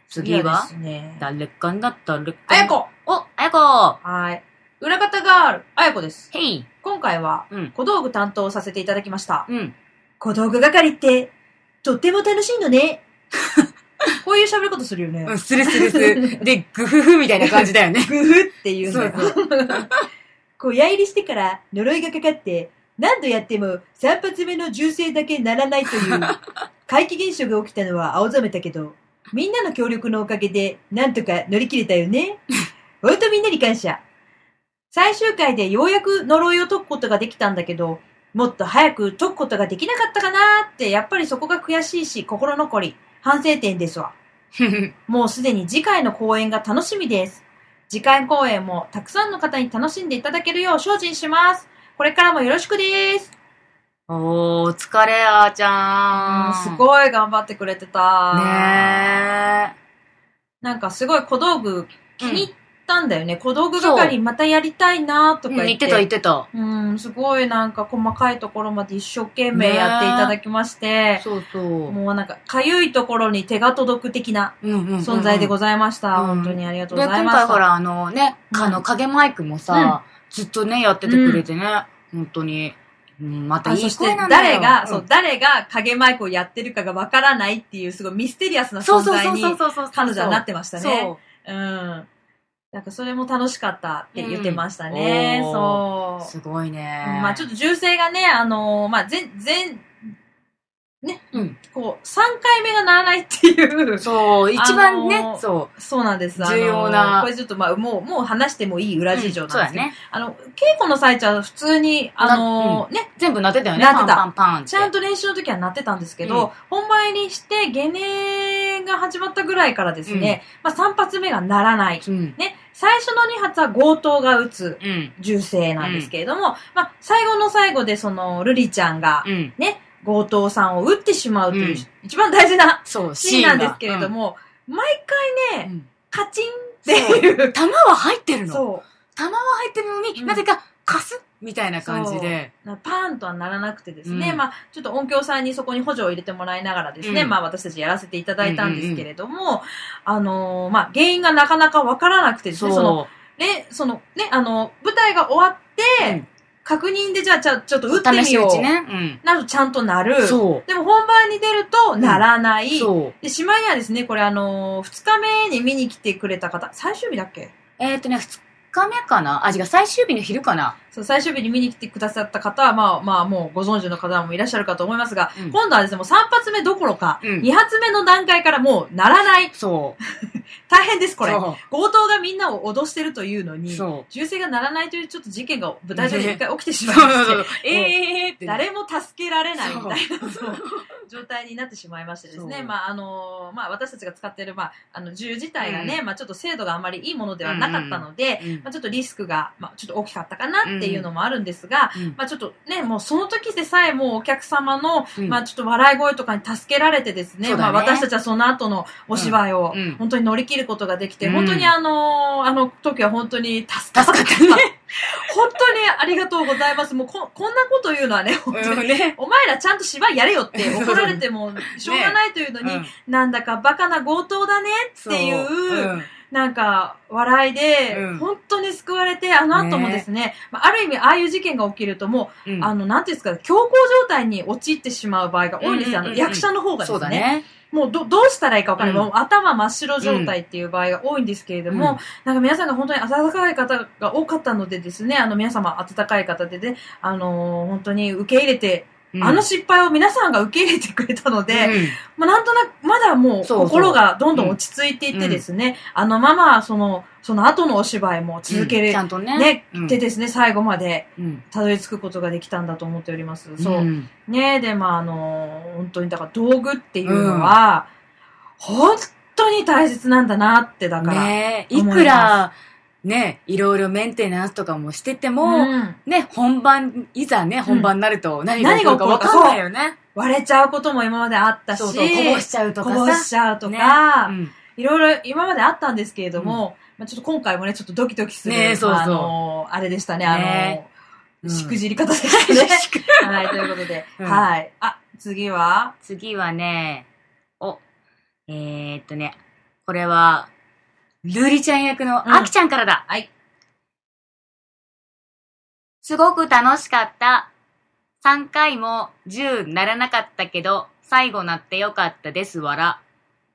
Speaker 1: 次
Speaker 2: 次は
Speaker 1: は
Speaker 2: ですね。
Speaker 1: 誰かな誰か
Speaker 2: あ
Speaker 1: な
Speaker 2: やこ
Speaker 1: お、あやこ
Speaker 2: はい。裏方ガール、あやこです。
Speaker 1: へい
Speaker 2: 今回は
Speaker 1: うん、
Speaker 2: 小道具担当させていただきました。
Speaker 1: うん。
Speaker 2: 小道具係って、とっても楽しい のね。こういう喋り方するよね。
Speaker 1: するするす る。で、グフフみたいな感じだよね。
Speaker 2: グフっていうん
Speaker 1: そ
Speaker 2: だ
Speaker 1: う
Speaker 2: よ。小屋入りしてから呪いがかかって、何度やっても3発目の銃声だけならないという、怪奇現象が起きたのは青ざめたけど、みんなの協力のおかげで、なんとか乗り切れたよね。ほんとみんなに感謝。最終回でようやく呪いを解くことができたんだけど、もっと早く解くことができなかったかなーって、やっぱりそこが悔しいし、心残り、反省点ですわ。 もうすでに次回の公演が楽しみです。次回公演もたくさんの方に楽しんでいただけるよう精進します。これからもよろしくです。
Speaker 1: おー、疲れあーちゃん。
Speaker 2: すごい頑張ってくれてた。
Speaker 1: ね
Speaker 2: なんかすごい小道具気に入ったんだよね。小道具
Speaker 1: そ
Speaker 2: 係またやりたいなと
Speaker 1: え。
Speaker 2: か
Speaker 1: 言っ
Speaker 2: 言って。
Speaker 1: てた言ってた。
Speaker 2: うん、すごいなんか細かいところまで一生懸命やっていただきまして、
Speaker 1: そうそう。
Speaker 2: もうなんかかゆいところに手が届く的な
Speaker 1: うんうんうんうん
Speaker 2: 存在でございました。
Speaker 1: うん
Speaker 2: 本当にありがとう
Speaker 1: で、
Speaker 2: ござい
Speaker 1: 今
Speaker 2: ました。
Speaker 1: 回ほら、あのね、
Speaker 2: うん
Speaker 1: あの、影マイクもさ、ずっとね、やっててくれてね、本当に。うん、また
Speaker 2: あ
Speaker 1: い
Speaker 2: そ
Speaker 1: い
Speaker 2: して
Speaker 1: 声なんだよ
Speaker 2: 誰が、
Speaker 1: ん
Speaker 2: そう、誰が影マイクをやってるかがわからないっていう、すごいミステリアスな
Speaker 1: そう
Speaker 2: 存
Speaker 1: そう
Speaker 2: 在
Speaker 1: そう
Speaker 2: に
Speaker 1: そうそうそう。
Speaker 2: 彼女はなってましたね。
Speaker 1: そ
Speaker 2: うん。なんかそれも楽しかったって言ってましたね。
Speaker 1: うんおー。
Speaker 2: そうう。
Speaker 1: すごいね。
Speaker 2: まあちょっと銃声がね、あのーまあ全、全、
Speaker 1: うん。
Speaker 2: こう、3回目がならないっていう、
Speaker 1: そう、一番
Speaker 2: あの
Speaker 1: ね、
Speaker 2: ー
Speaker 1: そ
Speaker 2: そうなんです。あのー
Speaker 1: 重要な。
Speaker 2: これちょっとまあ、もう、もう話してもいいう裏事情
Speaker 1: う
Speaker 2: なんん
Speaker 1: そう
Speaker 2: です
Speaker 1: だ
Speaker 2: けど、
Speaker 1: ね。
Speaker 2: あの、稽古の最中は普通に、あのーね、
Speaker 1: 全部鳴ってたよね。
Speaker 2: 鳴ってた
Speaker 1: パンパンパンって。
Speaker 2: ちゃんと練習の時は鳴ってたんですけ
Speaker 1: うん
Speaker 2: ど、本番入りして、ゲネが始まったぐらいからですね、まあ3発目が鳴らない。
Speaker 1: うん。
Speaker 2: ね、最初の2発は強盗が撃つ
Speaker 1: うん。
Speaker 2: 銃声なんですけれども、まあ最後の最後でその、ルリちゃんが
Speaker 1: うん。
Speaker 2: 強盗さんを撃ってしまうという、
Speaker 1: うん
Speaker 2: 一番大事な
Speaker 1: そう、
Speaker 2: シーンなんですけれど
Speaker 1: も。
Speaker 2: も、毎回
Speaker 1: う
Speaker 2: ね、
Speaker 1: ん
Speaker 2: カチンっていう、
Speaker 1: 弾は入ってるの
Speaker 2: そう。
Speaker 1: 玉は入ってるのに、
Speaker 2: うん
Speaker 1: なぜか、かすみたいな感じで。
Speaker 2: パーンとはならなくてですね、
Speaker 1: うん
Speaker 2: まあ、ちょっと音響さんにそこに補助を入れてもらいながらです
Speaker 1: う
Speaker 2: ね、
Speaker 1: ん
Speaker 2: まあ私たちやらせていただいたんですけれども、あのーまあ原因がなかなかわからなくてですね、その、
Speaker 1: そ
Speaker 2: ね、そのね、あの、舞台が終わって、
Speaker 1: うん
Speaker 2: 確認でじゃあちょちょっと打っ
Speaker 1: う。
Speaker 2: て
Speaker 1: 試
Speaker 2: み
Speaker 1: し
Speaker 2: よ
Speaker 1: 打
Speaker 2: う。
Speaker 1: ちね。
Speaker 2: なるとちゃんとな
Speaker 1: う
Speaker 2: る。
Speaker 1: ん。そ
Speaker 2: でも本番に出るとならな
Speaker 1: う。
Speaker 2: い。
Speaker 1: そう。
Speaker 2: で、しまいにはですね、これあのー、2日目に見に来てくれた方、最終日だっけ
Speaker 1: えっ、とね、二日目かなあ、違う、最終日の昼かな
Speaker 2: そう、最終日に見に来てくださった方は、まあまあもうご存知の方もいらっしゃるかと思いますが、
Speaker 1: うん
Speaker 2: 今度はですね、もう3発目どころか、
Speaker 1: うん
Speaker 2: 2発目の段階からもうならない。
Speaker 1: そう。
Speaker 2: 大変です、これ。
Speaker 1: そ
Speaker 2: 強盗がみんなを脅してるというの
Speaker 1: う。
Speaker 2: に、
Speaker 1: そう。
Speaker 2: 銃声がならないというちょっと事件が舞台上で一回起きてしまいま
Speaker 1: そう
Speaker 2: して、
Speaker 1: えええって。
Speaker 2: 誰も助けられないみたいなそう状態になってしまいましてですね、
Speaker 1: そう
Speaker 2: まああのまあ、私たちが使っている、まあ、あの銃自体がね、まあ、ちょっと精度があまりいいものではなかったので、
Speaker 1: うん
Speaker 2: まあ、ちょっとリスクが、まあ、ちょっと大きかったかなっていうのもあるんですが、
Speaker 1: うん
Speaker 2: まあ、ちょっとね、もうその時でさえもうお客様の、
Speaker 1: うん
Speaker 2: まあ、ちょっと笑い声とかに助けられてですね、
Speaker 1: そうだ
Speaker 2: まあ、
Speaker 1: ね
Speaker 2: 私たちはその後のお芝居を
Speaker 1: うんうん
Speaker 2: 本当に乗り切ることができて、
Speaker 1: うん
Speaker 2: 本当にあのーあの時は本当に助かった。
Speaker 1: 助かったね
Speaker 2: 本当にありがとうございます。もうこ、こんなこと言うのはね、本当
Speaker 1: うん
Speaker 2: に。
Speaker 1: ね。
Speaker 2: お前らちゃんと芝居やれよって怒られてもしょうがないというのに、
Speaker 1: うん
Speaker 2: なんだかバカな強盗だねっていう、
Speaker 1: そん
Speaker 2: なんか、笑いで、
Speaker 1: うん
Speaker 2: 本当に救われて、あの後もですね、まあ、ある意味、ああいう事件が起きると、も
Speaker 1: う
Speaker 2: う、
Speaker 1: ん
Speaker 2: あの、なんていうんですか、強行状態に陥ってしまう場合が多いんですよ。
Speaker 1: うんうんうんうん
Speaker 2: あの、役者の方がです
Speaker 1: そ
Speaker 2: ね。
Speaker 1: うだね。
Speaker 2: もうど、どうしたらいいかわからない。
Speaker 1: うん
Speaker 2: もう頭真っ白状態っていう場合が多いんですけれども、
Speaker 1: うん
Speaker 2: なんか皆さんが本当に温かい方が多かったのでですね、あの、皆様温かい方でね、あのー本当に受け入れて、
Speaker 1: うん
Speaker 2: あの失敗を皆さんが受け入れてくれたので、
Speaker 1: うん
Speaker 2: まあ、なんとなく、まだもう
Speaker 1: そうそう
Speaker 2: 心がどんどん落ち着いていってですね、あのまま、その、その後のお芝居も続け
Speaker 1: う
Speaker 2: れ
Speaker 1: んちゃんとね。
Speaker 2: ね、
Speaker 1: うん
Speaker 2: てですね、最後まで
Speaker 1: うん
Speaker 2: たどり着くことができたんだと思っております。そう。
Speaker 1: ん
Speaker 2: ねで、まあ、あのー本当に、だから道具っていうのは、本当に大切なんだなって、だから。
Speaker 1: ねえい
Speaker 2: 思い
Speaker 1: くら、ね、いろいろメンテナンスとかもしてても、
Speaker 2: うん
Speaker 1: ね、本番、いざね、本番になると何が起こるか分かんないよね。
Speaker 2: 割れちゃうことも今まであったし、
Speaker 1: そうそう、こぼしちゃうと
Speaker 2: こぼ
Speaker 1: か
Speaker 2: し
Speaker 1: さ。
Speaker 2: ちゃうと
Speaker 1: う
Speaker 2: か、
Speaker 1: ん
Speaker 2: いろいろ今まであったんですけれども、まあ、ちょっと今回もね、ちょっとドキドキする、
Speaker 1: ねえそうそう
Speaker 2: まああのーあれでしたね、あのー
Speaker 1: ねうん
Speaker 2: しくじり方でしたね。 はい、ということで、
Speaker 1: うん
Speaker 2: はい。あ、次は、
Speaker 1: 次はね、お、えー、っとね、これは、ルリちゃん役
Speaker 2: うん
Speaker 1: のアキちゃんからだ。
Speaker 2: はい。
Speaker 1: すごく楽しかった。3回も10ならなかったけど、最後なってよかったですわら。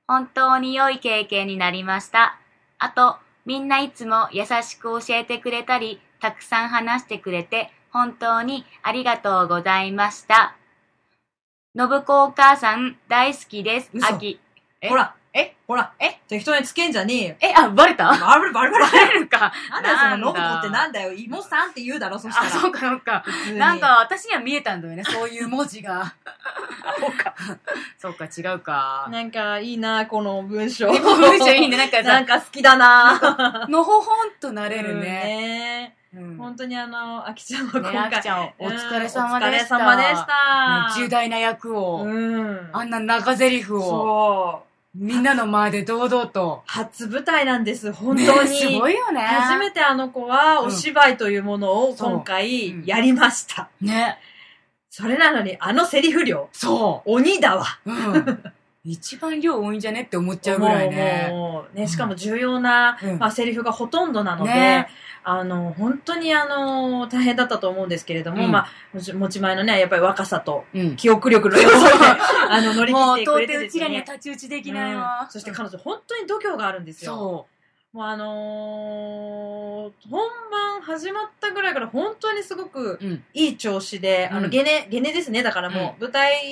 Speaker 1: 本当に良い経験になりました。あと、みんないつも優しく教えてくれたり、たくさん話してくれて、本当にありがとうございました。信子お母さん大好きです。
Speaker 2: 嘘
Speaker 1: あき。え
Speaker 2: ほら、
Speaker 1: え
Speaker 2: ほら、え適当につけんじゃねえよ。
Speaker 1: え、あ、バレた
Speaker 2: バルバルバル。
Speaker 1: バレるか。
Speaker 2: なんだよ、その
Speaker 1: な
Speaker 2: ロ
Speaker 1: ん
Speaker 2: ボ
Speaker 1: だ
Speaker 2: コってなんだよ。妹さんって言うだろ、そした
Speaker 1: あ、
Speaker 2: ら。
Speaker 1: そうかそうか。
Speaker 2: 普通に
Speaker 1: なん、か私には見えたんだよね、そういう文字が。そうか。そうか、違うか。
Speaker 2: なんか、いいな、この文章。
Speaker 1: ね、この文章いいね。なんか
Speaker 2: なん
Speaker 1: さ、
Speaker 2: か好きだな
Speaker 1: のほほんとな
Speaker 2: う
Speaker 1: れる
Speaker 2: ん
Speaker 1: ね。
Speaker 2: ね
Speaker 1: うんね
Speaker 2: 本当にあの、あきちゃんは今
Speaker 1: あ
Speaker 2: 回、
Speaker 1: きちゃん、お疲れ様でした。
Speaker 2: うんお疲れ様でし
Speaker 1: ね
Speaker 2: た。
Speaker 1: 重大な役を、
Speaker 2: うん。
Speaker 1: あんな長台詞を、
Speaker 2: そう。
Speaker 1: みんなの前で堂々と。
Speaker 2: 初舞台なんです、本当
Speaker 1: ねす
Speaker 2: に。
Speaker 1: ごいよね。
Speaker 2: 初めてあの子はお芝居というものを
Speaker 1: そう
Speaker 2: 今
Speaker 1: う
Speaker 2: 回
Speaker 1: ん
Speaker 2: やりました。
Speaker 1: ね。
Speaker 2: それなのにあのセリフ量、
Speaker 1: そ
Speaker 2: 鬼だわ。
Speaker 1: う。うん。一番量多いんじゃねって思っちゃうぐらいね。
Speaker 2: もうもうね、しかも重要な、
Speaker 1: うん
Speaker 2: まあ、セリフがほとんどなので、
Speaker 1: ね
Speaker 2: あの、本当にあの、大変だったと思うんですけれども、
Speaker 1: うん
Speaker 2: まあ、持ち持ち前のね、やっぱり若さと、
Speaker 1: うん。
Speaker 2: 記憶力の良さで、 あの、乗り切
Speaker 1: も
Speaker 2: っ
Speaker 1: う、
Speaker 2: て
Speaker 1: 到
Speaker 2: くれ
Speaker 1: 底
Speaker 2: て
Speaker 1: う
Speaker 2: です
Speaker 1: ちらには
Speaker 2: ね。
Speaker 1: 太刀打ちできない
Speaker 2: うん
Speaker 1: わ。
Speaker 2: そして彼女、本当に度胸があるんですよ。
Speaker 1: そう。
Speaker 2: もうあのー本番始まったぐらいから本当にすごく
Speaker 1: うん
Speaker 2: いい調子で、あ
Speaker 1: う
Speaker 2: の、
Speaker 1: ん
Speaker 2: ゲネ、ゲネですね。だからもう、舞台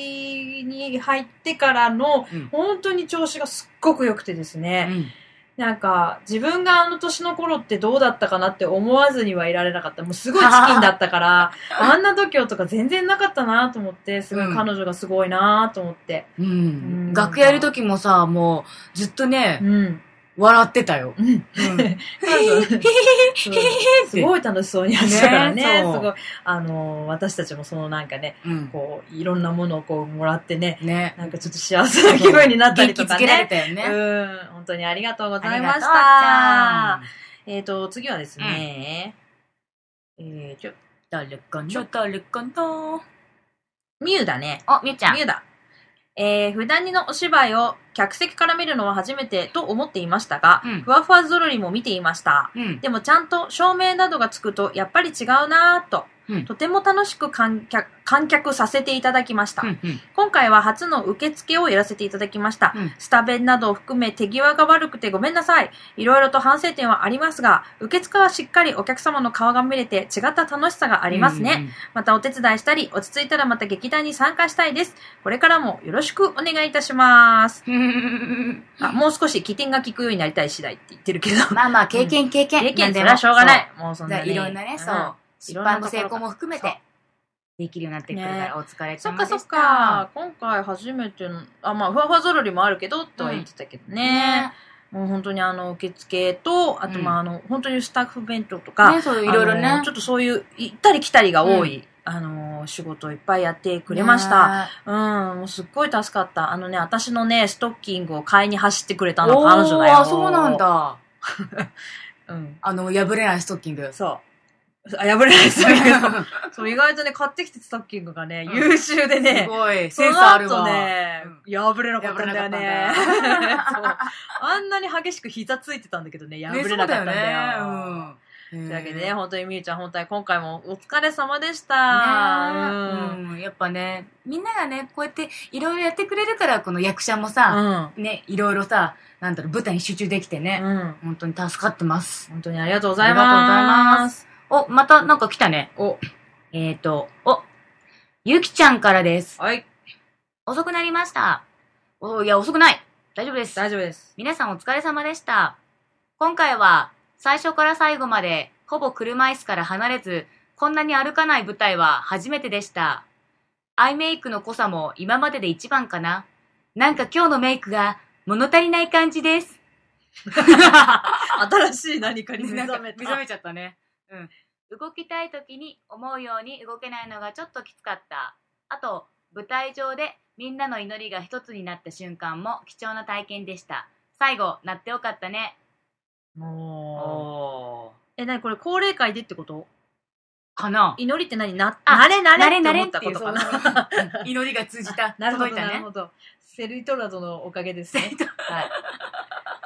Speaker 2: に入ってからの
Speaker 1: うん、
Speaker 2: 本当に調子がすっごく良くてです
Speaker 1: う
Speaker 2: ね。
Speaker 1: ん
Speaker 2: なんか、自分があの年の頃ってどうだったかなって思わずにはいられなかった。もうすごいチキンだった から、あんな度胸とか全然なかったなと思って、すごい
Speaker 1: うん
Speaker 2: 彼女がすごいなと思って。
Speaker 1: う
Speaker 2: うんん
Speaker 1: 楽屋いる時もさ、もう、ずっとね
Speaker 2: う、ん。
Speaker 1: 笑ってたよ。
Speaker 2: うん。
Speaker 1: うん
Speaker 2: 彼女、 そうすご
Speaker 1: い。
Speaker 2: い楽しそうにやってたからね
Speaker 1: ねそう
Speaker 2: すごいあのー私たちもそのなんかね
Speaker 1: うん
Speaker 2: こういろんなものをこうもらってね
Speaker 1: ね。
Speaker 2: なんかちょっと幸せな気分になったりとか
Speaker 1: 元気づけられ
Speaker 2: ね
Speaker 1: たよね。
Speaker 2: うん本当にありがとうござ
Speaker 1: あ
Speaker 2: い
Speaker 1: り
Speaker 2: ま
Speaker 1: がと
Speaker 2: し
Speaker 1: う
Speaker 2: た。えっ、と、次はですね、えー、ちょ、
Speaker 1: 誰かな誰かな
Speaker 2: ミュウだね。
Speaker 1: あ、みゆちゃん
Speaker 2: ミュ。ウだ。えー、普段にのお芝居を客席から見るのは初めてと思っていましたが、
Speaker 1: うん
Speaker 2: ふわふわぞろりも見ていました。
Speaker 1: うん。
Speaker 2: でもちゃんと照明などがつくとやっぱり違うなぁと、
Speaker 1: うん
Speaker 2: とても楽しく観客観客させていただきました、
Speaker 1: うんうん。
Speaker 2: 今回は初の受付をやらせていただきました、
Speaker 1: うん
Speaker 2: スタベンなどを含め手際が悪くてごめんなさいいろいろと反省点はありますが受付はしっかりお客様の顔が見れて違った楽しさがあ
Speaker 1: あ
Speaker 2: りますね、。またお手伝いしたり落ち着いたらまた劇団に参加したいですこれからもよろしくお願いいたしますあもう少し起点が効くようになりたい次第って言ってるけど
Speaker 1: まあまあ、経験、経験。
Speaker 2: 経
Speaker 1: な
Speaker 2: 験
Speaker 1: ん
Speaker 2: そ
Speaker 1: で
Speaker 2: れ
Speaker 1: も
Speaker 2: はしょうがない。。もう
Speaker 1: そ
Speaker 2: そ
Speaker 1: うんだ
Speaker 2: な
Speaker 1: から
Speaker 2: ね。
Speaker 1: いろんなね、そ
Speaker 2: ん
Speaker 1: う。失敗も成功も含め
Speaker 2: そう
Speaker 1: て、できるようになってくるか
Speaker 2: ね
Speaker 1: ら、お疲れ
Speaker 2: そっ
Speaker 1: 様
Speaker 2: か
Speaker 1: でした。
Speaker 2: そっか。今回初めての、あ、まあ、ふわふわぞろりもあるけど、とは言ってたけどね。
Speaker 1: ね。
Speaker 2: もう本当にあの、受付と、あと
Speaker 1: うん
Speaker 2: まあ、あの、本当にスタッフ弁当とか、
Speaker 1: ね、そういういろいろ
Speaker 2: あ
Speaker 1: ね
Speaker 2: の。ちょっとそういう、行ったり来たりが多い、あの、仕事をいっぱいやってくれまし
Speaker 1: ね。
Speaker 2: た。うん、もうすっごい助かった。あのね、私のね、ストッキングを買いに走ってくれたの
Speaker 1: お
Speaker 2: 彼女だよ。
Speaker 1: ー、そうなん。だ。
Speaker 2: うん。
Speaker 1: あの、破れないストッ キング。
Speaker 2: そう。あ、破れないですけど。
Speaker 1: す
Speaker 2: そう、意外とね、買ってきてストッキングがね、
Speaker 1: うん
Speaker 2: 優秀でね、
Speaker 1: ごい、
Speaker 2: そ
Speaker 1: セ
Speaker 2: の
Speaker 1: ンスある
Speaker 2: 後
Speaker 1: わ。
Speaker 2: ね、破れなかったんだよね。
Speaker 1: 破
Speaker 2: そうあんなに激しく膝ついてたんだけどね、破
Speaker 1: ね
Speaker 2: れなかったんだ
Speaker 1: そうだよ
Speaker 2: よ。
Speaker 1: ね。うん。と
Speaker 2: というわけでね、本当にみゆちゃん、本当に今回もお疲れ様でした。うん。
Speaker 1: ねうん、やっぱね、みんながね、こうやっていろいろやってくれるから、この役者もさ、ね、いろいろさ、なんだろう、舞台に集中できてね、
Speaker 2: うん。うん。
Speaker 1: 本当に助かってます。
Speaker 2: 本当にありがとうございます。。
Speaker 1: ありがとうございますお、またなんか来たね。
Speaker 2: お、
Speaker 1: えーと、お、ゆきちゃんからです。
Speaker 2: はい、
Speaker 1: 遅くなりました。お、いや、遅くない。大丈夫です。
Speaker 2: 大丈夫 です。
Speaker 1: 皆さんお疲れ様でした。今回は最初から最後までほぼ車椅子から離れず、こんなに歩かない舞台は初めてでした。アイメイクの濃さも今までで一番かな。なんか今日のメイクが物足りない感じです。
Speaker 2: 新しい何かに目覚めた。
Speaker 1: ちゃったね。うん。動きたい時に思うように動けないのがちょっときつかった。あと、舞台上でみんなの祈りが一つになった瞬間も貴重な体験でした。最後、なってよかったね。
Speaker 2: もう。
Speaker 1: お
Speaker 2: え、なにこれ、高齢会でってこと
Speaker 1: かな
Speaker 2: 祈りって何な、
Speaker 1: あ
Speaker 2: なれな
Speaker 1: 慣れ
Speaker 2: れって
Speaker 1: 慣れ
Speaker 2: 思ったことかな。
Speaker 1: な。祈りが通じた。
Speaker 2: なる ほ ど、
Speaker 1: 届いた
Speaker 2: なる
Speaker 1: ね
Speaker 2: ほ。ど。セルイトラドのおかげですね。は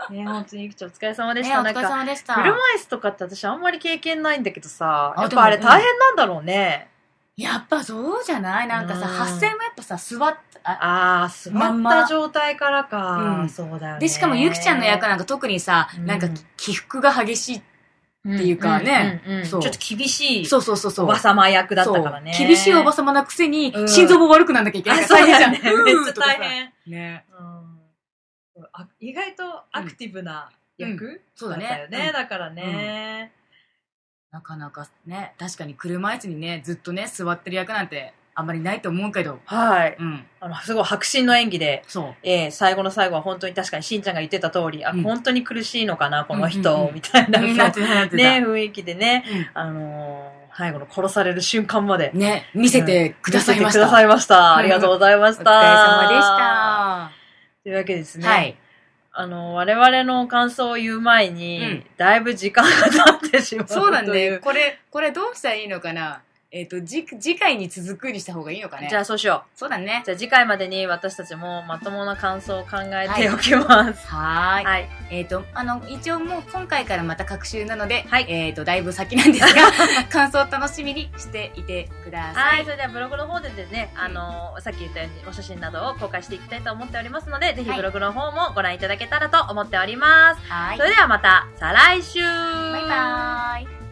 Speaker 2: い。ね本当にゆきちゃんお疲れ様でし
Speaker 1: ね、お
Speaker 2: た。
Speaker 1: 疲
Speaker 2: なん
Speaker 1: れ
Speaker 2: か、
Speaker 1: 様でした。
Speaker 2: 車椅子とかって私あんまり経験ないんだけどさ、
Speaker 1: あ
Speaker 2: やっぱあれ
Speaker 1: でもうん
Speaker 2: 大変なんだろうね。
Speaker 1: やっぱそうじゃないなんかさ、
Speaker 2: うん
Speaker 1: 発声もやっぱさ、座っあ
Speaker 2: ああ、座
Speaker 1: まん
Speaker 2: っ
Speaker 1: ま
Speaker 2: た状態からか
Speaker 1: う。ん
Speaker 2: そうだよね。
Speaker 1: で、しかもゆきちゃんの役
Speaker 2: っ
Speaker 1: なんか特にさ、
Speaker 2: うん
Speaker 1: なんか起伏が激しい。
Speaker 2: て
Speaker 1: いうかね。
Speaker 2: うんうんうんち
Speaker 1: そ
Speaker 2: ょっ
Speaker 1: う
Speaker 2: と厳しい
Speaker 1: そうそうそうそ
Speaker 2: お
Speaker 1: う。
Speaker 2: ばさま役だったからね。
Speaker 1: そう厳しいおば
Speaker 2: さ
Speaker 1: さまなくせに、
Speaker 2: うん
Speaker 1: 心臓も悪くなんなきゃいけない
Speaker 2: そ
Speaker 1: から
Speaker 2: う
Speaker 1: 大
Speaker 2: だ
Speaker 1: 変じ
Speaker 2: よ
Speaker 1: ゃん。
Speaker 2: ね。めっち
Speaker 1: うー
Speaker 2: ゃ大
Speaker 1: んとかさ
Speaker 2: 変。
Speaker 1: ね。
Speaker 2: うんあ意外とアクティブな役
Speaker 1: そうだ
Speaker 2: だったよ
Speaker 1: ね。
Speaker 2: ね。だからね。
Speaker 1: なかなかね、確かに車椅子にね、ずっとね、座ってる役なんてあんまりないと思うけど。
Speaker 2: はい。
Speaker 1: うん。
Speaker 2: あの、すごい迫真の演技で、
Speaker 1: そう。
Speaker 2: えー最後の最後は本当に確かにしんちゃんが言ってた通り、あ、
Speaker 1: うん
Speaker 2: 本当に苦しいのかな、この
Speaker 1: うんうん
Speaker 2: 人
Speaker 1: う、ん
Speaker 2: みたいな、
Speaker 1: みんなってなってた。
Speaker 2: ね、雰囲気でね、
Speaker 1: うん
Speaker 2: あのー最後の殺される瞬間まで、
Speaker 1: ね、見せてくださいました。
Speaker 2: 見せてくださいました。
Speaker 1: ん
Speaker 2: ありがとうございました。
Speaker 1: お疲れ様でし。た。
Speaker 2: というわけですね。
Speaker 1: はい。
Speaker 2: あの、我々の感想を言う前に、
Speaker 1: うん
Speaker 2: だいぶ時間が経ってしまうという。
Speaker 1: そうなんで、これ、これどうしたらいいのかなえっ、と、じ、次回に続くにした方がいいのかね
Speaker 2: じゃあそうしよ
Speaker 1: そうだね
Speaker 2: う。。じゃあ次回までに私たちもまともな感想を考えておきます。
Speaker 1: はーい。
Speaker 2: はい。
Speaker 1: えっ、と、あの、一応もう今回からまた隔週なので、
Speaker 2: はい
Speaker 1: えっ、と、だいぶ先なんですが、 感想を楽しみにしていてください。
Speaker 2: はい、それではブログの方でですね、あのさっき言ったようにお写真などを公開していきたいと思っておりますので、ぜひブログの方もご覧いただけたらと思っております。
Speaker 1: はい。
Speaker 2: それではまた、再来週
Speaker 1: バイバーイ。